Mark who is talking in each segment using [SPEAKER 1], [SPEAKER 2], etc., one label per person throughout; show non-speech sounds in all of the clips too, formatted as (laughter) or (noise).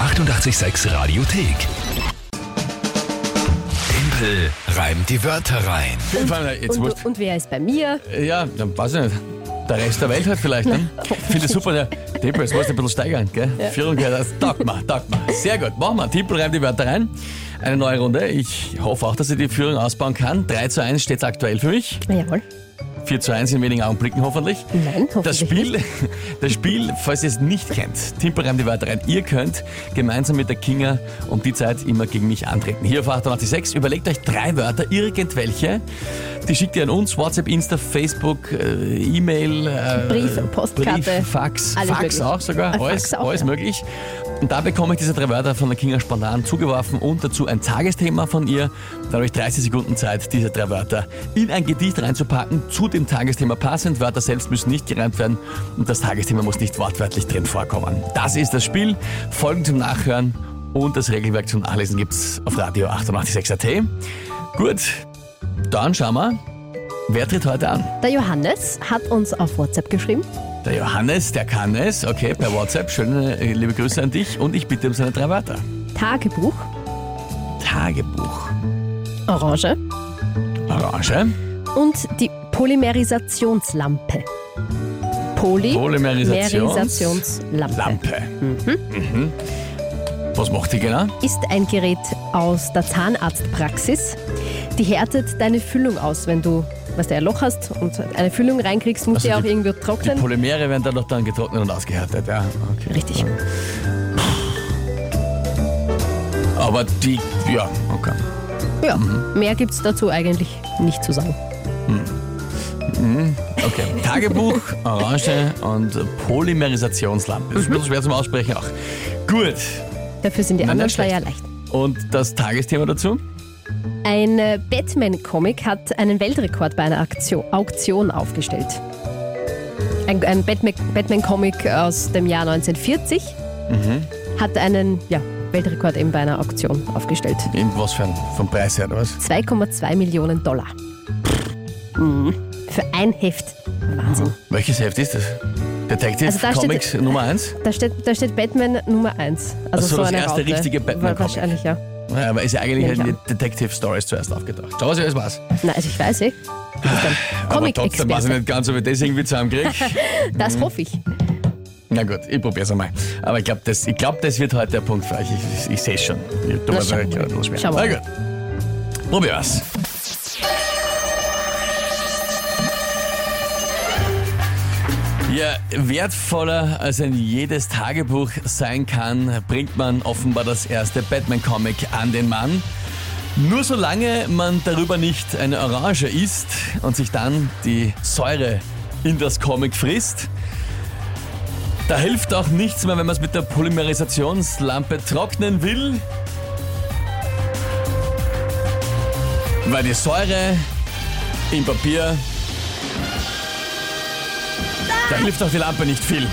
[SPEAKER 1] 886 Radiothek. Tempel reimt die Wörter rein.
[SPEAKER 2] Vor allem, jetzt wurscht.
[SPEAKER 3] Und, und wer ist bei mir?
[SPEAKER 2] Ja, dann weiß ich nicht. Der Rest der Welt halt vielleicht, ne? Finde ich super, der Tippel, jetzt musst du ein bisschen steigern, gell? Führung, gell? das taugt mir, taugt mir. Sehr gut, machen wir. Tippel reimt die Wörter rein. Eine neue Runde. Ich hoffe auch, dass ich die Führung ausbauen kann. 3 zu 1 steht aktuell für mich.
[SPEAKER 3] Jawohl.
[SPEAKER 2] 4 zu 1 in wenigen Augenblicken hoffentlich.
[SPEAKER 3] Nein,
[SPEAKER 2] Das Spiel,
[SPEAKER 3] hoffentlich
[SPEAKER 2] (laughs) das Spiel, falls ihr es nicht kennt, Timpel reimt die Wörter rein. Ihr könnt gemeinsam mit der Kinga um die Zeit immer gegen mich antreten. Hier auf 886, überlegt euch drei Wörter, irgendwelche. Die schickt ihr an uns, WhatsApp, Insta, Facebook, äh, E-Mail, äh,
[SPEAKER 3] Brief, Postkarte,
[SPEAKER 2] Brief, Fax,
[SPEAKER 3] alles
[SPEAKER 2] Fax
[SPEAKER 3] möglich.
[SPEAKER 2] auch sogar,
[SPEAKER 3] Ah, Fax
[SPEAKER 2] alles,
[SPEAKER 3] auch,
[SPEAKER 2] alles
[SPEAKER 3] ja.
[SPEAKER 2] möglich. Und da bekomme ich diese drei Wörter von der Kinga spontan zugeworfen und dazu ein Tagesthema von ihr. Da habe ich 30 Sekunden Zeit, diese drei Wörter in ein Gedicht reinzupacken, zu dem Tagesthema passend. Wörter selbst müssen nicht gereimt werden und das Tagesthema muss nicht wortwörtlich drin vorkommen. Das ist das Spiel. Folgen zum Nachhören und das Regelwerk zum Nachlesen gibt's auf Radio 886.at. Gut, dann schauen wir, wer tritt heute an?
[SPEAKER 3] Der Johannes hat uns auf WhatsApp geschrieben.
[SPEAKER 2] Der Johannes, der kann es. Okay, per WhatsApp. Schöne äh, liebe Grüße an dich und ich bitte um seine drei Wörter.
[SPEAKER 3] Tagebuch,
[SPEAKER 2] Tagebuch.
[SPEAKER 3] Orange
[SPEAKER 2] Orange.
[SPEAKER 3] und die Polymerisationslampe. Poly
[SPEAKER 2] Polymerisations-
[SPEAKER 3] Polymerisationslampe. (laughs)
[SPEAKER 2] Lampe. Mhm. Was macht die genau?
[SPEAKER 3] ist ein Gerät aus der Zahnarztpraxis. Die härtet deine Füllung aus, wenn du was ein Loch hast und eine Füllung reinkriegst, muss
[SPEAKER 2] Also
[SPEAKER 3] die auch
[SPEAKER 2] die-
[SPEAKER 3] irgendwo
[SPEAKER 2] Die
[SPEAKER 3] trocknen.
[SPEAKER 2] Polymere werden dann noch dann getrocknet und ausgehärtet, ja. Okay.
[SPEAKER 3] Richtig.
[SPEAKER 2] Aber die, ja, okay.
[SPEAKER 3] Ja,
[SPEAKER 2] Mhm.
[SPEAKER 3] mehr gibt's dazu eigentlich nicht zu sagen.
[SPEAKER 2] Okay.
[SPEAKER 3] (laughs)
[SPEAKER 2] Tagebuch, Orange und Polymerisationslampe. Das ist ein
[SPEAKER 3] Mhm.
[SPEAKER 2] bisschen schwer zum Aussprechen auch. Gut.
[SPEAKER 3] Dafür sind die
[SPEAKER 2] Nein,
[SPEAKER 3] anderen
[SPEAKER 2] nicht schlecht.
[SPEAKER 3] zwei ja leicht.
[SPEAKER 2] Und das Tagesthema dazu?
[SPEAKER 3] Ein äh, Batman-Comic hat einen Weltrekord bei einer Aktion, Auktion aufgestellt. Ein, ein Batman- Batman-Comic aus dem Jahr 1940
[SPEAKER 2] Mhm.
[SPEAKER 3] hat einen ja, Weltrekord eben bei einer Auktion aufgestellt.
[SPEAKER 2] In was für ein, vom Preis her, oder was?
[SPEAKER 3] 2,2 Millionen Dollar. Mhm. Für ein Heft. Wahnsinn.
[SPEAKER 2] Welches Heft ist das? Detective
[SPEAKER 3] Also da steht-
[SPEAKER 2] Comics Nummer 1?
[SPEAKER 3] Da steht, da steht Batman Nummer 1. Also
[SPEAKER 2] Ach so,
[SPEAKER 3] so
[SPEAKER 2] das
[SPEAKER 3] eine
[SPEAKER 2] erste
[SPEAKER 3] Raute.
[SPEAKER 2] richtige Batman-Comic.
[SPEAKER 3] Wahrscheinlich, ja.
[SPEAKER 2] Ja, aber ist ja eigentlich
[SPEAKER 3] Ja,
[SPEAKER 2] halt
[SPEAKER 3] klar.
[SPEAKER 2] die Detective Stories zuerst aufgetaucht. Schau, was ich alles weiß.
[SPEAKER 3] Na, also ich weiß eh.
[SPEAKER 2] Aber trotzdem weiß ich mhm.
[SPEAKER 3] Comic-Experte.
[SPEAKER 2] nicht ganz, ob ich das irgendwie zusammenkriege.
[SPEAKER 3] (laughs) Das hoffe ich.
[SPEAKER 2] Na gut, ich probier's einmal. Aber ich glaube, das, ich glaub, das wird heute der Punkt für euch. Ich, ich, ich sehe schon. Ich tu
[SPEAKER 3] Na,
[SPEAKER 2] mir
[SPEAKER 3] schauen
[SPEAKER 2] wirklich
[SPEAKER 3] wir mal.
[SPEAKER 2] ein bisschen schwer.
[SPEAKER 3] Schauen
[SPEAKER 2] Na
[SPEAKER 3] wir
[SPEAKER 2] gut. Probier was. Ja, wertvoller als ein jedes Tagebuch sein kann, bringt man offenbar das erste Batman-Comic an den Mann. Nur solange man darüber nicht eine Orange isst und sich dann die Säure in das Comic frisst, da hilft auch nichts mehr, wenn man es mit der Polymerisationslampe trocknen will. Weil die Säure im Papier. Da hilft auch die Lampe nicht viel.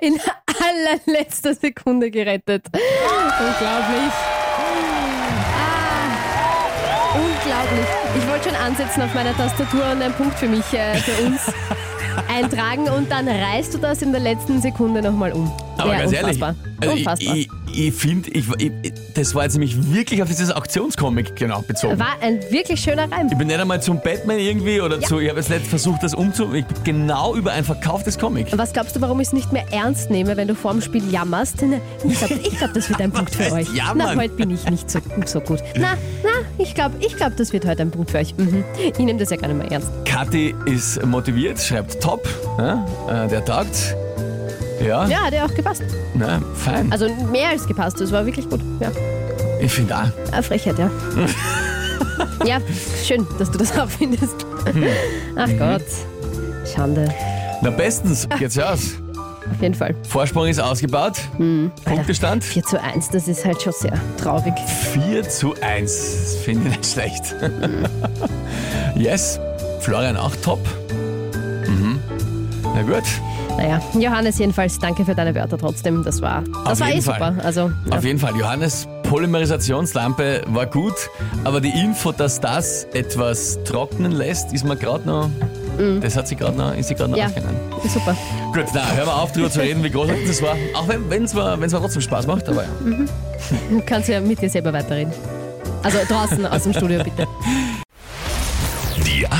[SPEAKER 3] In allerletzter Sekunde gerettet. Unglaublich. Ah, Unglaublich. Ich wollte schon ansetzen auf meiner Tastatur und einen Punkt für mich, äh, für
[SPEAKER 2] (laughs)
[SPEAKER 3] uns eintragen und dann reißt du das in der letzten Sekunde nochmal um.
[SPEAKER 2] Aber
[SPEAKER 3] ja,
[SPEAKER 2] ganz
[SPEAKER 3] unfassbar.
[SPEAKER 2] ehrlich, also
[SPEAKER 3] unfassbar.
[SPEAKER 2] ich, ich, ich finde, ich, ich, das war jetzt nämlich wirklich auf dieses Auktionscomic genau bezogen.
[SPEAKER 3] War ein wirklich schöner Reim.
[SPEAKER 2] Ich bin nicht einmal zum Batman irgendwie oder zu. Ich habe jetzt nicht versucht, das umzu. Ich bin genau über ein verkauftes Comic.
[SPEAKER 3] Was glaubst du, warum ich es nicht mehr ernst nehme, wenn du vorm Spiel jammerst? Na, ich glaube, ich glaub, das wird ein Punkt
[SPEAKER 2] (laughs)
[SPEAKER 3] für
[SPEAKER 2] heißt
[SPEAKER 3] euch.
[SPEAKER 2] jammern?
[SPEAKER 3] Na, heute bin ich nicht so, so gut. Na, na, ich glaube, ich glaub, das wird heute ein Punkt für euch. Mhm. Ich nehme das ja gar nicht mehr ernst.
[SPEAKER 2] Kathi ist motiviert, schreibt top. Ja, äh, der taugt. Ja,
[SPEAKER 3] Ja, hat ja auch gepasst.
[SPEAKER 2] Na, fein.
[SPEAKER 3] Also mehr als gepasst. Es war wirklich gut. Ja, Also-
[SPEAKER 2] Ich finde auch.
[SPEAKER 3] eine
[SPEAKER 2] (laughs)
[SPEAKER 3] Frechheit, ja. ja, schön, dass du das auch findest.
[SPEAKER 2] Hm.
[SPEAKER 3] Ach
[SPEAKER 2] Mhm.
[SPEAKER 3] Gott. Schande.
[SPEAKER 2] Na bestens,
[SPEAKER 3] Ah.
[SPEAKER 2] geht's ja aus.
[SPEAKER 3] Auf jeden Fall.
[SPEAKER 2] Vorsprung ist ausgebaut.
[SPEAKER 3] Mhm.
[SPEAKER 2] Punktestand
[SPEAKER 3] 4 zu 1, das ist halt schon sehr traurig.
[SPEAKER 2] 4 zu 1. Finde ich nicht schlecht.
[SPEAKER 3] Mhm.
[SPEAKER 2] (laughs) yes, Florian auch top. Mhm. Na gut,
[SPEAKER 3] Naja, Johannes, jedenfalls danke für deine Wörter trotzdem. Das war, das war eh
[SPEAKER 2] jeden Fall.
[SPEAKER 3] super. Also, ja.
[SPEAKER 2] auf jeden Fall. Johannes, Polymerisationslampe war gut, aber die Info, dass das etwas trocknen lässt, ist mir gerade noch. Das hat sie gerade noch, ist sie gerade noch
[SPEAKER 3] Mhm. Ja,
[SPEAKER 2] aufgegangen.
[SPEAKER 3] super.
[SPEAKER 2] Gut, na, hören wir auf, drüber zu reden, wie großartig das war. Auch wenn es mir, wenn's mir trotzdem Spaß macht, aber ja.
[SPEAKER 3] Du kannst ja mit dir selber weiterreden. Also draußen aus dem Studio bitte.
[SPEAKER 1] Die